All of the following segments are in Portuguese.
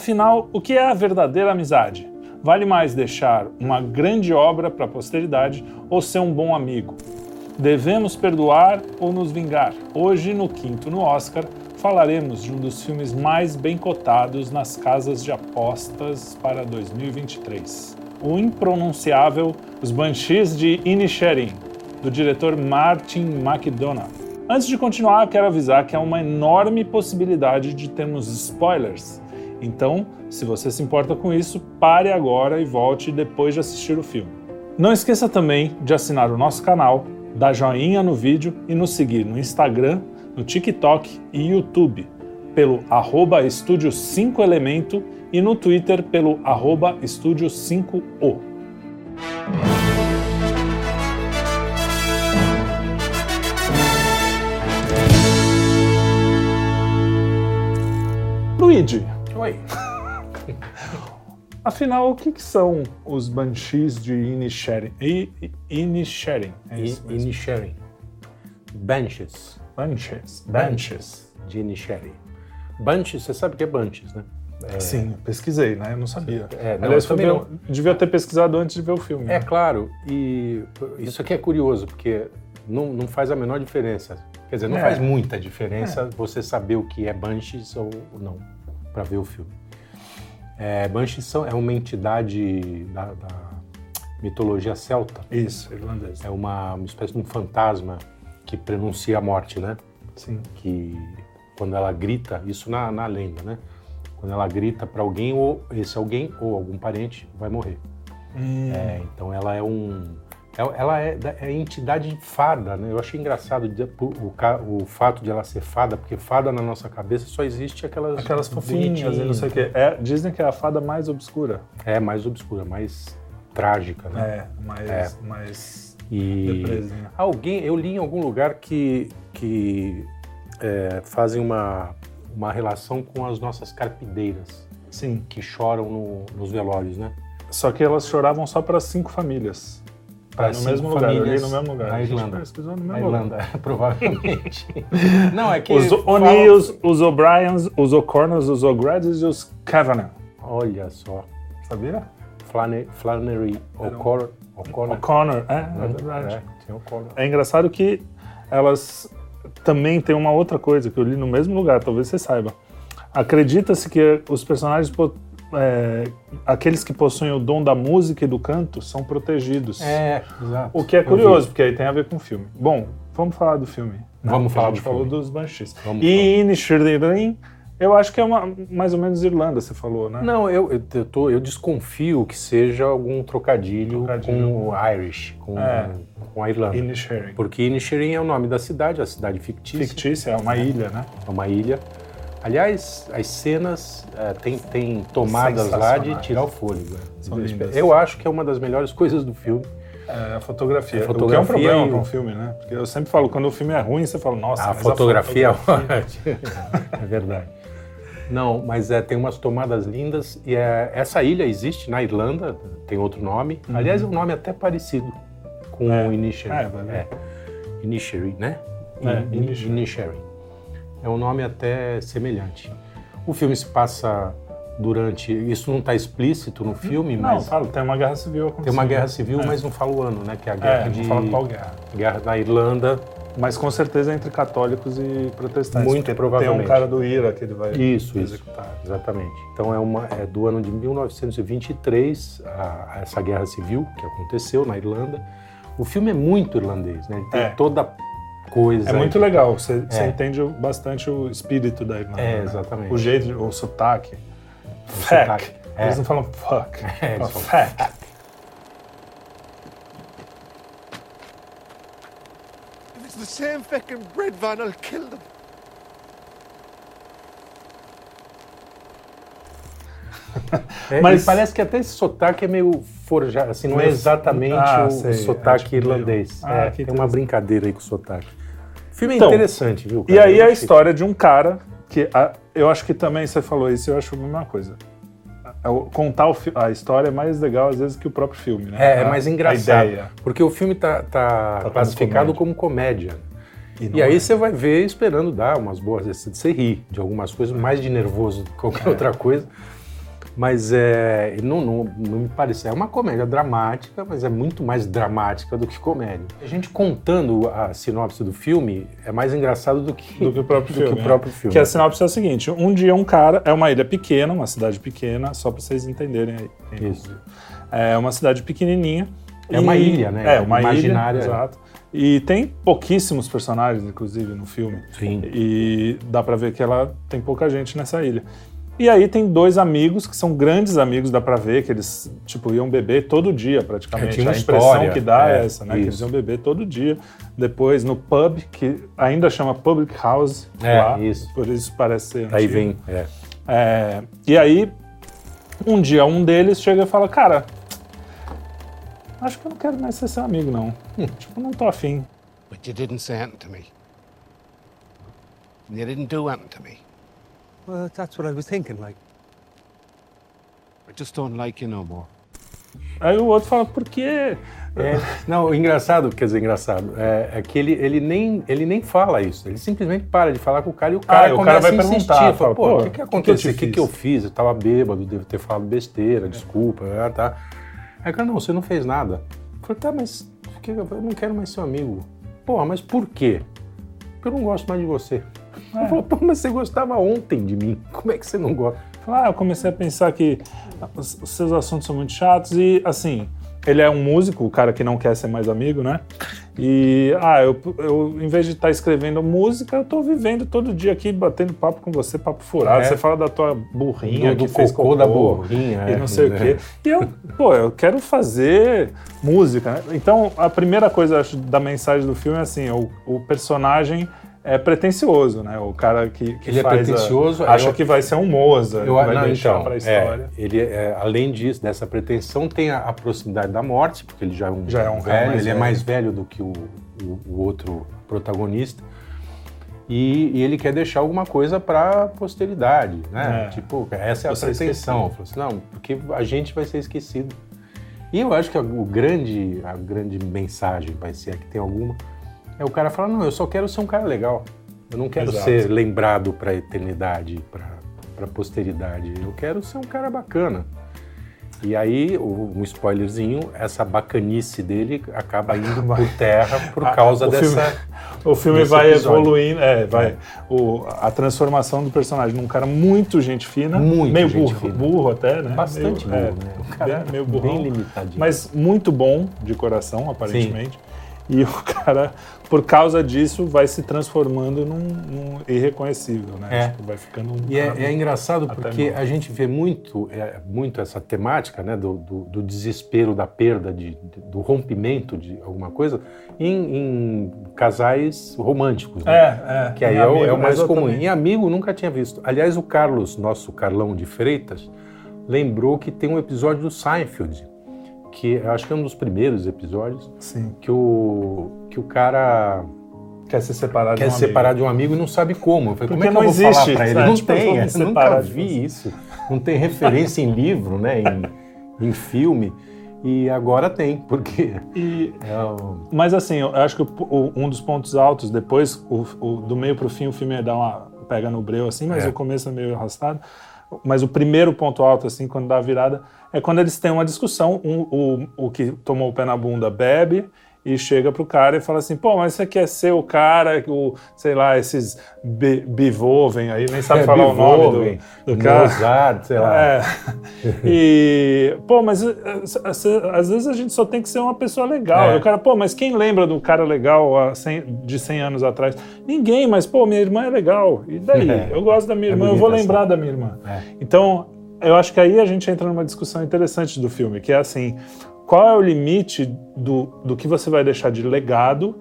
Afinal, o que é a verdadeira amizade? Vale mais deixar uma grande obra para a posteridade ou ser um bom amigo? Devemos perdoar ou nos vingar? Hoje, no quinto no Oscar, falaremos de um dos filmes mais bem cotados nas casas de apostas para 2023. O impronunciável Os Banshees de Inisherin, do diretor Martin McDonagh. Antes de continuar, quero avisar que há uma enorme possibilidade de termos spoilers. Então, se você se importa com isso, pare agora e volte depois de assistir o filme. Não esqueça também de assinar o nosso canal, dar joinha no vídeo e nos seguir no Instagram, no TikTok e YouTube pelo arroba Estúdio 5 Elemento e no Twitter pelo arroba Estúdio 5O. Luigi, Oi. Afinal, o que, que são os Banshees de Inisherin? I- I- Inisherin, é isso mesmo. Inisherin. Bunches. Banshees. Banshees. De Inisherin. Bunches, você sabe o que é bunches, né? Sim, pesquisei, né? Eu não sabia. É, não, Aliás, eu também também devia ter pesquisado antes de ver o filme. né? É claro, e isso aqui é curioso, porque não, não faz a menor diferença. Quer dizer, não É. faz muita diferença você saber o que é Banshees ou não, para ver o filme. É, Banshees são- é uma entidade da- da mitologia celta. Isso, irlandês. É uma, uma espécie de um fantasma que prenuncia a morte, né? Sim. que quando ela grita, isso na, na lenda, né? Quando ela grita para alguém, ou esse alguém, ou algum parente, vai morrer. Hum, É, então ela é um. é- Ela é, da- é entidade fada, né? Eu achei engraçado de- o, ca- o fato de ela ser fada, porque fada na nossa cabeça só existe aquelas. Aquelas fofinhas e não sei o bonitinhas. quê. É, dizem que é a fada mais obscura. É mais obscura, mais trágica, né? É, mais. mais né? E- depresinha. Alguém, eu li em algum lugar que, que é, fazem uma, uma relação com as nossas carpideiras. Sim. que choram no- nos velórios, Ah, né? Só que elas choravam só para cinco famílias. Pra no cinco mesmo lugar, eu li famílias no mesmo lugar. na A gente Irlanda. pesquisou no Na mesmo lugar. Irlanda, provavelmente. Não, é que. Os falam- O'Neills, os O'Briens, os O'Connors, os O'Grady's e os Kavanagh. Olha só. Sabia? Flane- Flannery Era um- O'Connor. O'Connor. O'Connor, é, é né? verdade. É, tinha O'Connor. É engraçado que elas também têm uma outra coisa que eu li no mesmo lugar, talvez você saiba. Acredita-se que os personagens, po- é, aqueles que possuem o dom da música e do canto, são protegidos. É, exato. O que é Eu vi. curioso, porque aí tem a ver com o filme. Bom, vamos falar do filme. né? Vamos Porque falar A gente do falou filme. dos Banshees. Vamos E Inishirin, eu acho que é uma, mais ou menos Irlanda, você falou, né? Não, eu, eu, eu tô, eu desconfio que seja algum trocadilho, Trocadilho. com o Irish, com, É. com a Irlanda. Inishirin. Porque Inisherin é o nome da cidade, a cidade fictícia. Fictícia, é uma ilha, né? É uma ilha. Aliás, as cenas eh, tem, tem tomadas lá de Sensacionais. tirar o fôlego. né? São lindas. Eu acho que é uma das melhores coisas do filme. É, a fotografia. A o que é um fotografia problema e o- para um filme, né? Porque eu sempre falo, quando o filme é ruim, você fala, nossa, a mas fotografia A fotografia... é verdade. Não, mas é, tem umas tomadas lindas. E é, essa ilha existe na Irlanda, tem outro nome. Aliás, é um nome até parecido com Uhum. É. o Inisherin. É, vai ver. Inisherin, né? É, In- Inisherin. Inisherin. É um nome até semelhante. O filme se passa durante. Isso não está explícito no filme, Não, mas falo, tem uma guerra civil acontecendo. é tem uma guerra civil, É. mas não fala o ano, né? Que é a guerra É, de não fala qual guerra. guerra da Irlanda. Mas com certeza é entre católicos e protestantes. Muito porque Tem um provavelmente. cara do Ira que ele vai Isso, isso. executar. Exatamente. Então é, uma, é do ano de 1923, a- a essa guerra civil que aconteceu na Irlanda. O filme é muito irlandês, né? Ele tem É. toda coisa. É muito legal, você, você entende bastante o espírito da Irlanda. É, né? exatamente. O jeito, o sotaque. sotaque, Fuck. é. Eles não falam fuck. É, falam eles fuck. If it's the same fucking bread van, I'll kill them. É, e Mas- parece que até esse sotaque é meio forjado, assim, não é Meio- exatamente Ah, o sei, acho sotaque que meio- irlandês. Ah, É, que tem uma brincadeira aí com o sotaque. O filme é Então, interessante, viu? E cara? aí Eu a achei- história de um cara que a- eu acho que também você falou isso, eu acho a mesma coisa. É o- Contar o fi- a história é mais legal às vezes que o próprio filme, né? É, é A- mais A engraçado. ideia. Porque o filme tá, tá como comédia. classificado como comédia. não E aí é. você vai É. ver esperando dar umas boas. Você rir de algumas coisas, mais de nervoso do que qualquer outra coisa. Mas é, não, não, não me parece. É uma comédia dramática, mas é muito mais dramática do que comédia. A gente contando a sinopse do filme é mais engraçado do que, Do que o próprio do filme. Que, né? o próprio filme. Que a sinopse é o seguinte: um dia um cara. É uma ilha pequena, uma cidade pequena, só pra vocês entenderem aí. quem não Isso. viu. É uma cidade pequenininha. É uma ilha, né? É, uma Imaginária. ilha. Exato. E tem pouquíssimos personagens, inclusive, no filme. Sim. E dá pra ver que ela tem pouca gente nessa ilha. E aí tem dois amigos que são grandes amigos, dá pra ver que eles, tipo, iam beber todo dia, É, praticamente. tinha uma a impressão história, que dá é, é, essa, né? Que eles isso. iam beber todo dia. Depois no pub, que ainda chama Public House É, lá. isso. Por isso parece ser Aí antigo. vem. é. É, e aí, um dia um deles chega e fala, cara, acho que eu não quero mais ser seu amigo, não. Hum. Tipo, não tô afim. But you didn't say anything to me. And you didn't do anything to me. Well, that's what I was thinking, like. I just don't like you no more. Aí o outro fala, por quê? É, não, o engraçado, quer dizer, engraçado, é, é que ele, ele, nem, ele nem fala isso. Ele simplesmente para de falar com o cara e o cara Ah, e o começa cara vai a insistir. perguntar, fala, Fala, pô, pô, o que, que que que eu aconteceu? te O que, que fiz?" eu fiz? Eu tava bêbado, devo ter falado besteira, desculpa. Ah, tá. Aí o cara, não, você não fez nada. Eu falei, tá, mas por que- eu não quero mais ser amigo. Porra, mas por quê? Porque eu não gosto mais de você. É. Ele falou, pô, mas você gostava ontem de mim. Como é que você não gosta? Fala, ah, eu comecei a pensar que os, os seus assuntos são muito chatos e, assim, ele é um músico, o cara que não quer ser mais amigo, né? E, ah, eu, eu em vez de estar escrevendo música, eu tô vivendo todo dia aqui, batendo papo com você, papo furado. É. Você fala da tua burrinha, Do- do é que fez cocô da burrinha, e é, não sei o né? quê. E eu, pô, eu quero fazer música, né? Então, a primeira coisa, eu acho, da mensagem do filme é assim, o, o personagem... É pretencioso, né? O cara que, que Ele é faz a- pretencioso, aí acha eu- que vai ser um Mozart, Eu, vai não, deixar então, pra é, história. ele, é, além disso, dessa pretensão, tem a, a proximidade da morte, porque ele já é um, Já é um cara velho, mais ele velho. é mais velho do que o, o- o outro protagonista. E, e ele quer deixar alguma coisa para posteridade, né? É. Tipo, essa é a Você é pretensão. Falou assim, não, porque a gente vai ser esquecido. E eu acho que a, o grande, a grande mensagem, vai ser que tem alguma, é o cara falar, não, eu só quero ser um cara legal. Eu não quero Exato. ser lembrado para eternidade, para posteridade. Eu quero ser um cara bacana. E aí, o- um spoilerzinho, essa bacanice dele acaba indo por terra por Ah, causa o filme- dessa... O filme Nesse vai episódio. evoluindo, é, vai. o- a transformação do personagem num cara muito gente fina, Muito meio gente burro, fina. burro até, né? Bastante meio, burro, né? é, Um cara bem- meio bem burrão, limitadinho. Mas muito bom de coração, aparentemente. E o cara, por causa disso, vai se transformando num, num irreconhecível, né? É. Tipo, vai ficando um E é, cara é engraçado Até porque não. a gente vê muito, é, muito essa temática né, do, do- do desespero, da perda, de- de- do rompimento de alguma coisa em, em casais românticos. né? É, é. Que aí Em é, o- amigo, é o mais exatamente. comum. Em amigo, nunca tinha visto. Aliás, o Carlos, nosso Carlão de Freitas, lembrou que tem um episódio do Seinfeld, que eu acho que é um dos primeiros episódios, Sim. que o, que o cara Quer se separar de quer um se amigo. separar de um amigo e não sabe como. Eu falei, como Porque é que não eu vou existe, falar pra ele? sabe? Não Tipo, tem, como eu se nunca separar de você. vi isso. Não tem referência em livro, né? Em, em filme. E agora tem, porque E- é o- Mas assim, eu acho que o- o- um dos pontos altos, depois, o- o- do meio pro fim, o filme dá uma pega no breu, assim, mas É. o começo é meio arrastado. Mas o primeiro ponto alto, assim, quando dá a virada, é quando eles têm uma discussão. Um- o, o que tomou o pé na bunda bebe e chega pro cara e fala assim: pô, mas você quer ser o cara, o, sei lá, esses bi, bivovem aí, nem sabe é falar o nome Beethoven, do, do cara. Mozart, sei lá. É. E, pô, mas eh, eh, às vezes a gente só tem que ser uma pessoa legal. É. E o cara, pô, mas quem lembra do cara legal há 100 de 100 anos atrás? Ninguém, mas, pô, minha irmã é legal. E daí? É. Eu gosto da minha É irmã, eu vou bonita lembrar essa. da minha irmã. É. Então, eu acho que aí a gente entra numa discussão interessante do filme, que é assim: qual é o limite do, do que você vai deixar de legado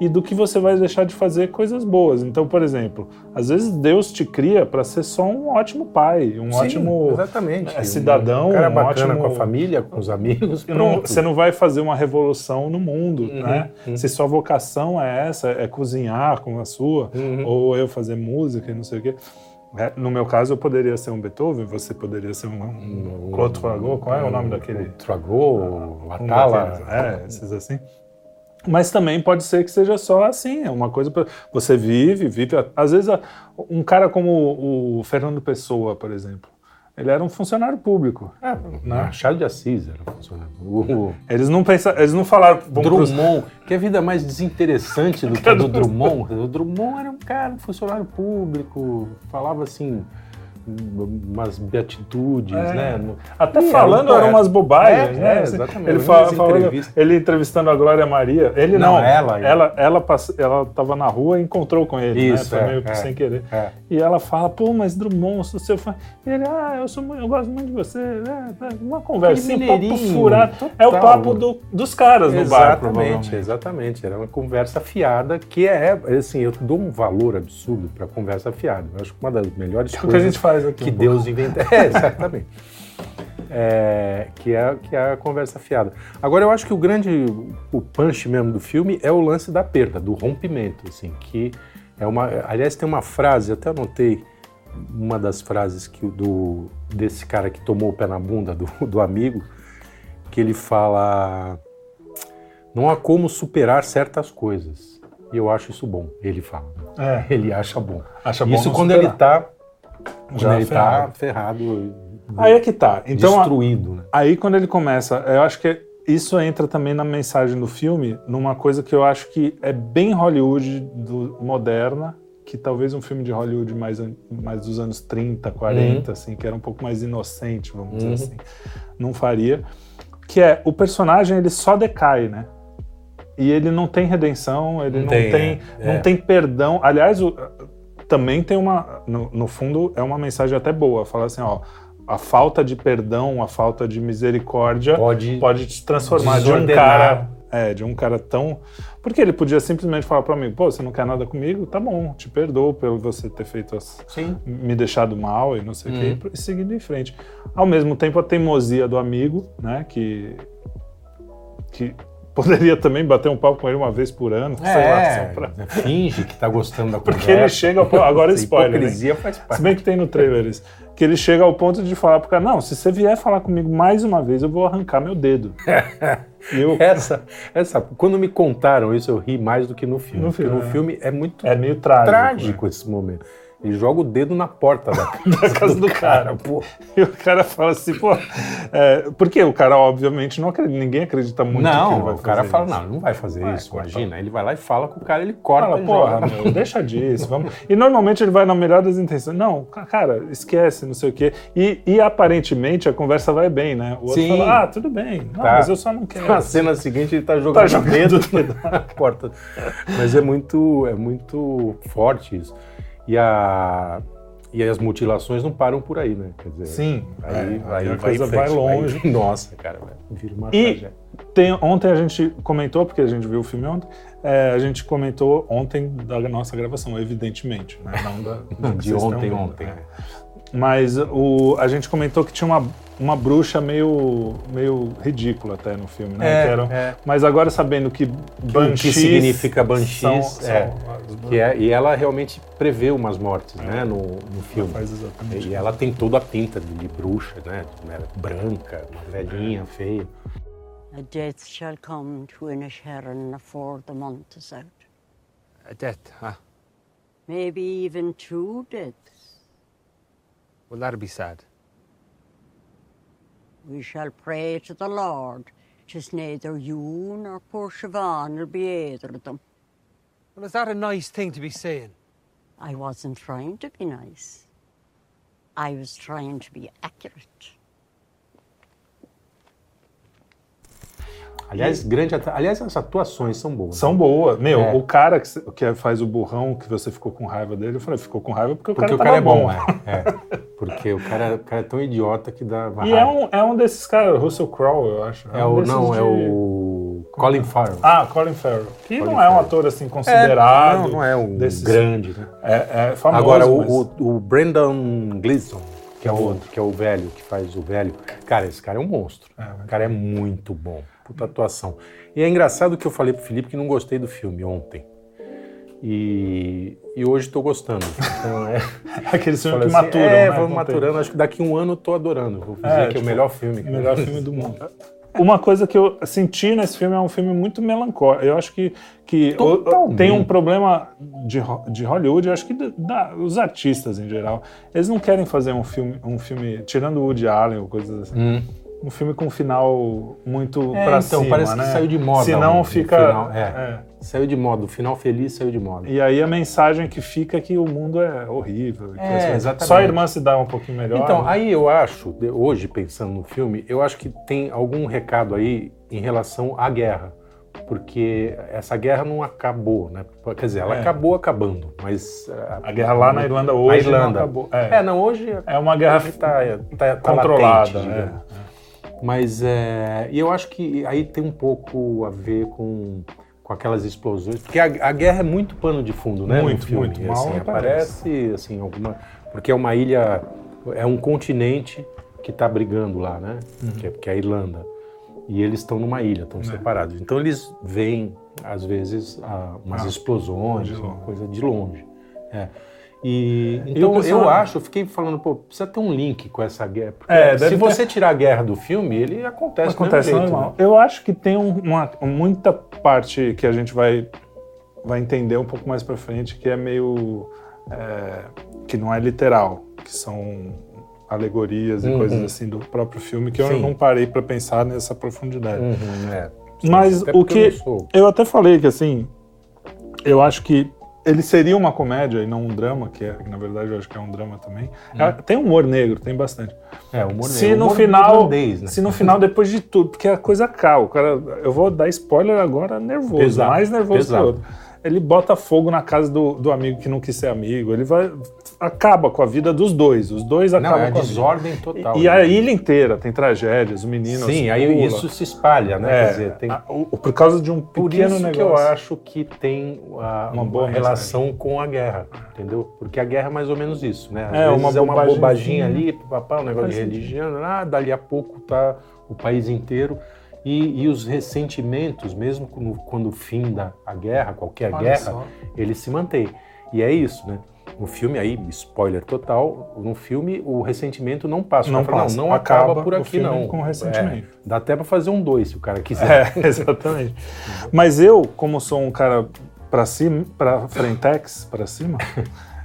e do que você vai deixar de fazer coisas boas? Então, por exemplo, às vezes Deus te cria para ser só um ótimo pai, um Sim, ótimo exatamente. é, cidadão, um cara um bacana ótimo- com a família, com os amigos. você não, pronto. você não vai fazer uma revolução no mundo, né? uhum. Se sua vocação é essa, é cozinhar como a sua, Uhum. ou eu fazer música e não sei o quê. É, No meu caso, eu poderia ser um Beethoven, você poderia ser um, um, um Claude Fragot, qual é o nome daquele? Tragou, Um daqueles- Atala. É, esses assim. Mas também pode ser que seja só assim, é uma coisa para você vive, vive. Às vezes a- um cara como o Fernando Pessoa, por exemplo, Ele era um funcionário público. É, Né? não, Charles de Assis era funcionário. O, o Eles não pensa, eles não falaram "Vamos cruzar." Drummond, que é a vida mais desinteressante do que a do Drummond. O Drummond era um cara, um funcionário público, falava assim, umas beatitudes, É. né? Até Ih, era falando um eram poeta. umas bobagens, É, né? é, exatamente. Ele, Eu vi fala- umas falando- entrevistas. ele entrevistando a Glória Maria. Ele não, Não, ela, ela, ela, pass- ela tava na rua e encontrou com ele, Isso, né? Foi é, meio que é, sem querer. é. E ela fala, pô, mas Drummond, sou seu fã. E ele, ah, eu, sou, muito- eu gosto muito de você. né? Uma conversa, assim, papo mineirinho, furado. É o total. papo do- dos caras no bar, Exatamente, provavelmente. É exatamente. Era uma conversa fiada que é, assim, eu dou um valor absurdo para conversa fiada. Eu acho que uma das melhores O Tipo, que a coisas gente faz aqui. que um Deus inventa. É, exatamente. É, que, é, que é a conversa fiada. Agora, eu acho que o grande o punch mesmo do filme é o lance da perda, do rompimento, assim, que é uma... Aliás, tem uma frase, até anotei uma das frases que, o- do, desse cara que tomou o pé na bunda do, do amigo, que ele fala... Não há como superar certas coisas. E eu acho isso bom, ele fala. pouco. É, Ele acha bom. acha bom isso não quando ele superar. tá Já quando ele ferrado. tá ferrado, Aí é que tá. Então, a- destruído, né? Aí quando ele começa, eu acho que isso entra também na mensagem do filme, numa coisa que eu acho que é bem Hollywood do- moderna, que talvez um filme de Hollywood mais, an- mais dos anos 30, 40, assim, que era um pouco mais inocente, vamos dizer Uhum. assim, não faria, que é o personagem ele só decai, né? E ele não tem redenção, ele não, Não tem, tem, não é. tem perdão. Aliás, o- também tem uma, no, no fundo, é uma mensagem até boa, falar assim, ó, a falta de perdão, a falta de misericórdia Pode, pode te transformar de um cara, Desordenar. é, de um cara tão, porque ele podia simplesmente falar pra mim, pô, você não quer nada comigo, tá bom, te perdoo pelo você ter feito as, sim. me deixado mal e não sei o que, Hum. e seguindo em frente. Ao mesmo tempo, a teimosia do amigo, né, que, que poderia também bater um papo com ele uma vez por ano, sei É. lá, só pra... finge que tá gostando da É. Porque conversa. ele chega, pô, agora é Essa spoiler, né? Hipocrisia faz parte. Se bem que tem no trailer isso. Que ele chega ao ponto de falar pro cara, não, se você vier falar comigo mais uma vez, eu vou arrancar meu dedo. e eu, Essa, essa, quando me contaram isso, eu ri mais do que no filme. No filme, porque é. no filme é muito é meio trágico. trágico esse momento. Ele joga o dedo na porta da né? Da casa do cara. pô. E o cara fala assim, pô... é, porque o cara, obviamente, não acredita, ninguém acredita muito que ele vai Não, o cara fazer fala, isso. não, ele não vai fazer Vai, isso, corta. imagina. Ele vai lá e fala com o cara, ele corta Fala, e porra, joga. meu, deixa disso, vamos. E normalmente ele vai na melhor das intenções. Não, ca- cara, esquece, não sei o quê. E, e aparentemente a conversa vai bem, né? O outro Sim. fala, ah, tudo bem. Não, Tá. mas eu só não quero. Na cena seguinte ele tá jogando, Tá jogando dedo na porta. Mas é muito, é muito forte isso. E, a, e aí as mutilações não param por aí, né? Quer dizer, Sim, Aí, é, aí a vai coisa em vai frente, longe. vai- nossa, cara, vai- vira uma E- tragédia. Tem- ontem a gente comentou, porque a gente viu o filme ontem, é, a gente comentou ontem da nossa gravação, evidentemente, né? Não da, do que De vocês ontem, estão vendo, ontem. né? Mas o, a gente comentou que tinha uma, uma bruxa meio, meio ridícula até no filme, né? Que era- é. Mas agora sabendo que O Banshees que significa Banshees, são- é, são- que é- e ela realmente prevê umas mortes, né, no, no filme. faz exatamente. E ela tem toda a pinta de, de bruxa, né, Ela é branca, uma velhinha, feia. A death shall come to Inish Heron afore the month is out. A death, huh? Maybe even two deaths. Well, that'd be sad. We shall pray to the Lord. 'Tis neither you nor poor Siobhan will be either of them. Well, is that a nice thing to be saying? I wasn't trying to be nice. I was trying to be accurate. Aliás, grande atra- Aliás, as atuações são boas. São boas. Meu, É. o cara que, se- que faz o burrão, que você ficou com raiva dele, eu falei, ficou com raiva porque o cara, Porque o cara é tava bom. bom, é. É. Porque o cara, o cara é tão idiota que dá uma E é raiva. um, é um desses caras, Russell Crowe, eu acho. É um o, desses não, é de- o Colin Farrell. Ah, Colin Farrell. Que Colin não é um Farrell. ator assim considerado. não, não é um desses- grande, né? É, é famoso. Agora, o, mas- o, o Brandon Gleeson, que é o outro, que é o velho, que faz o velho. Cara, esse cara é um monstro. O cara é muito bom. Puta atuação. E é engraçado que eu falei pro Felipe que não gostei do filme ontem. E, e hoje tô gostando. Então é. aquele filme Falei que assim, matura. É, né? vamos Não tem- maturando. Acho que daqui um ano eu tô adorando. Vou dizer É, que é tipo, o melhor filme. Melhor filme do mundo. uma coisa que eu senti nesse filme é um filme muito melancólico. Eu acho que, que o- Totalmente. tem um problema de, Ho- de Hollywood, eu acho que da- da- os artistas em geral. Eles não querem fazer um filme, um filme tirando o Woody Allen ou coisas assim. Um filme com um final muito Hum. É, pra então, cima, parece que né? saiu de moda Senão o- o fica... final, é. é. Saiu de moda, o final feliz saiu de moda. E aí a mensagem que fica é que o mundo é horrível. e que É, as coisas- exatamente. Só a irmã se dá um pouquinho melhor. Então, né? aí eu acho, de- hoje pensando no filme, eu acho que tem algum recado aí em relação à guerra. Porque essa guerra não acabou, né? Quer dizer, ela É. acabou acabando, mas. eh, a guerra lá na Irlanda hoje a não Irlanda. acabou. É, É, não, hoje é uma guerra tá, tá, tá controlada. latente, né? digamos. Mas é, e eu acho que aí tem um pouco a ver com, com aquelas explosões, porque a, a guerra é muito pano de fundo, né? no Muito, filme. muito. E, Mal assim, aparece. aparece assim alguma, porque é uma ilha, é um continente que está brigando lá, né? Uhum. Que, é, que é a Irlanda. E eles estão numa ilha, É. estão separados. Então eles veem às vezes a- umas Ah, explosões, de uma longe. coisa de longe. É. E, então eu, pensava- acho, eu fiquei falando, pô, precisa ter um link com essa guerra. Porque É, deve se ter- você tirar a guerra do filme, ele acontece, do acontece mesmo jeito, normal. né? Eu acho que tem um- uma, muita parte que a gente vai, vai entender um pouco mais pra frente que é meio. é, que não é literal, que são alegorias e Uhum. coisas assim do próprio filme que eu Sim. não parei pra pensar nessa profundidade. Uhum, é. Mas Até o porque eu que não sou- eu até falei que assim, eu acho que ele seria uma comédia e não um drama, que, é, que na verdade eu acho que é um drama também. Hum. É, Tem humor negro, tem bastante. É, o humor Se negro, no humor final, irlandês, né? se no final depois de tudo, porque a coisa cai, o cara, eu vou dar spoiler agora nervoso, Pesado, mais nervoso pesado. que outro. Ele bota fogo na casa do, do amigo que não quis ser amigo, ele vai acaba com a vida dos dois, os dois Não, acabam é a com a vida. desordem total. E, e né? a ilha inteira tem tragédias, o menino Sim, assim, aí pula. isso se espalha, né? É, Quer dizer, tem... a- o- o- por causa de um Por pequeno isso negócio. que eu acho que tem a- uma, Uma boa relação com a guerra, entendeu? Porque a guerra é mais ou menos isso, né? Às É, vezes uma é uma bobagemzinha. bobaginha ali, papá, um negócio Faz de sentido. religião, ah, dali a pouco tá o país inteiro. E, e os ressentimentos, mesmo quando, quando finda a guerra, qualquer Olha é guerra, só. ele se mantém. E é isso, né? No filme, aí, spoiler total, no filme o ressentimento não passa. O Não cara fala, passa. não, não acaba, Acaba por o aqui, filme não. com ressentimento. É, dá até pra fazer um dois, se o cara quiser. É, exatamente. Mas eu, como sou um cara pra cima, pra frentex, pra cima,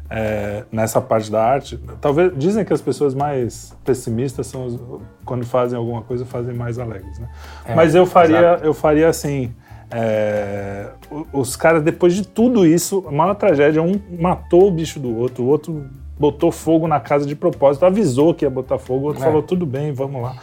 é, nessa parte da arte, talvez dizem que as pessoas mais pessimistas são os- quando fazem alguma coisa fazem mais alegres, né? Mas eu faria, eu faria assim. é, o- os caras, depois de tudo isso, a maior tragédia, um matou o bicho do outro, o outro botou fogo na casa de propósito, avisou que ia botar fogo, o outro É. falou, tudo bem, vamos lá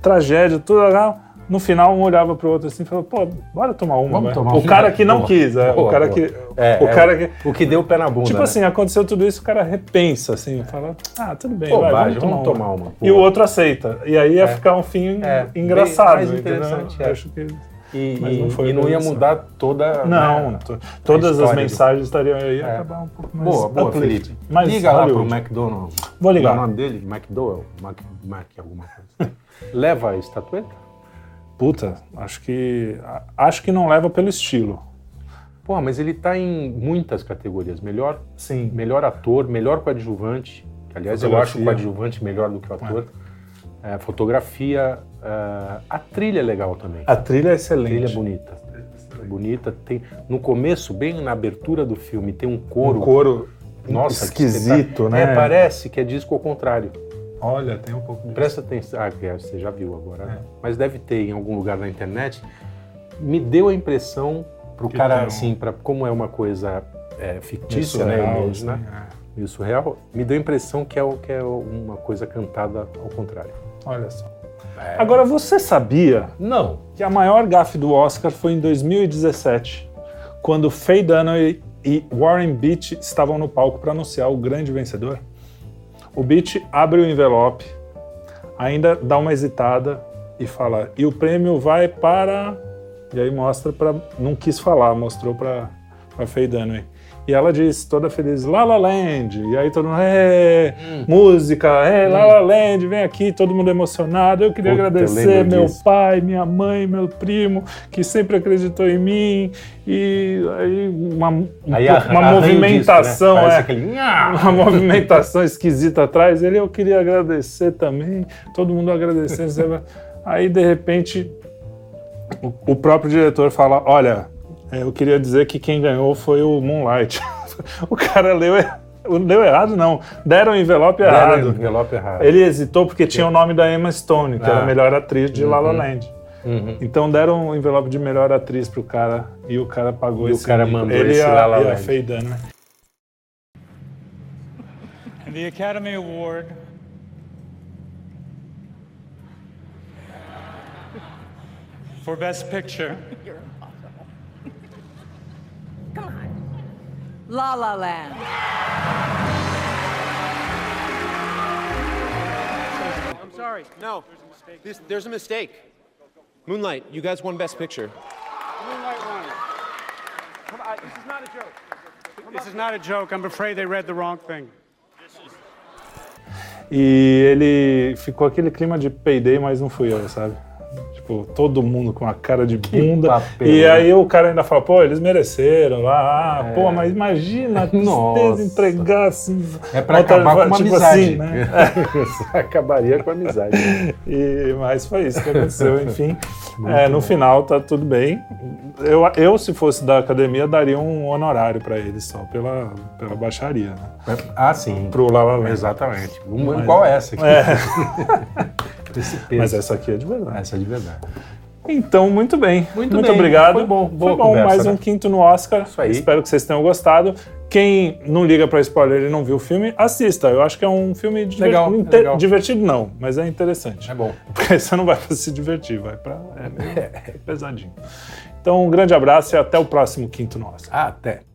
tragédia, tudo lá. No final, um olhava pro outro assim e falou, pô, bora tomar uma. Vamos vai. tomar o uma. cara que não Boa, quis, é, boa, o cara boa. que... É, o é, cara que... O que deu pé na bunda. Tipo né? assim, aconteceu tudo isso, o cara repensa, assim, fala, ah, tudo bem, vai, Bobagem, vamos tomar, vamos uma. tomar uma. E o outro aceita. E aí ia ficar um fim É, bem engraçado. mais entendeu? interessante, é. Acho que... E, Mas e- não e foi não, ia isso. mudar toda. Não, né? to- todas as história do- mensagens estariam aí É. acabar um pouco mais... Boa, boa, uplifting. Felipe. Mas Liga lá pro Hollywood. McDonald's. Vou ligar. Qual é O nome dele? McDowell? Mac, Mac alguma coisa. Leva a estatueta? Puta, acho que... a- Acho que não leva pelo estilo. Pô, mas ele tá em muitas categorias. Melhor, Sim. melhor ator, melhor coadjuvante. que, Aliás, eu Fotografia. acho o coadjuvante melhor do que o ator. É, fotografia. é, a trilha é legal também. A trilha é A excelente. trilha é bonita. Bonita. Tem, no começo, bem na abertura do filme, tem um coro. Um couro Nossa, que esquisito, espetáculo. né? É, parece que é disco ao contrário. Olha, tem um pouco de... Presta atenção. Ah, que você já viu agora, É. né? Mas deve ter em algum lugar na internet. Me deu a impressão pro Que cara, tem um- assim, pra, como é uma coisa é, fictícia, né? Surreal, Isso, né? assim, Meio surreal, me deu a impressão que é, o- que é uma coisa cantada ao contrário. é. Olha só. É. Agora, você sabia Não. que a maior gafe do Oscar foi em 2017, quando Faye Dunaway e Warren Beach estavam no palco para anunciar o grande vencedor? O Beach abre o envelope, ainda dá uma hesitada e fala: e o prêmio vai para. E aí mostra para. Não quis falar, mostrou para Faye Dunaway. E ela diz, toda feliz, La La Land. E aí todo mundo, é, Hum. música, é, La La Land, vem aqui, todo mundo emocionado. Eu queria Puta, eu agradecer lembro meu disso. pai, minha mãe, meu primo, que sempre acreditou em mim. E aí uma, um pouco- uma Aí a- arranha disso, né? movimentação, Parece é aquele- uma movimentação esquisita atrás. Ele, eu queria agradecer também. Todo mundo agradecendo. Você vai- Aí, de repente, o- o próprio diretor fala: Olha, é, eu queria dizer que quem ganhou foi o Moonlight. o cara leu, er- leu errado, não. Deram o envelope errado. Errado. Envelope errado. Ele hesitou porque tinha o nome da Emma Stone, que era a Ah. Uhum. melhor atriz de La La Land. Então deram um envelope de melhor atriz pro cara e o cara pagou E o esse. cara mico. mandou ele esse e a- La La e a Land. Faye né? Dunaway. The Academy Award for Best Picture La La Land. I'm sorry. No. This, there's a mistake. Moonlight, you guys won Best Picture. this is not a joke. This is not a joke. I'm afraid they read the wrong thing. E ele ficou aquele clima de peidei, mas não fui eu, sabe? Tipo, todo mundo com a cara de bunda. papel, e né? É. aí o cara ainda fala, pô, eles mereceram lá. Ah, Pô, mas imagina a tristeza Nossa. entregar assim. É pra outra- acabar com uma tipo amizade. assim, né? Acabaria com a amizade. E, mas foi isso que aconteceu, enfim. É, no final tá tudo bem. Eu, eu, se fosse da academia, daria um honorário pra ele só, pela, pela baixaria, né? ah, sim. Pro né? La La Land. Exatamente. Uma- Igual essa aqui. Esse peso. Mas essa aqui é de verdade. Essa de verdade. Então, muito bem. Muito, Muito bem. obrigado. Foi bom, boa Foi bom. conversa, mais né? um quinto no Oscar. aí. Espero que vocês tenham gostado. Quem não liga pra spoiler e não viu o filme, assista. Eu acho que é um filme diver- Legal, inte- legal. divertido, não, mas é interessante. É bom. Porque você não vai pra se divertir, vai pra. É meio pesadinho. Então, um grande abraço e até o próximo quinto no Oscar. Até.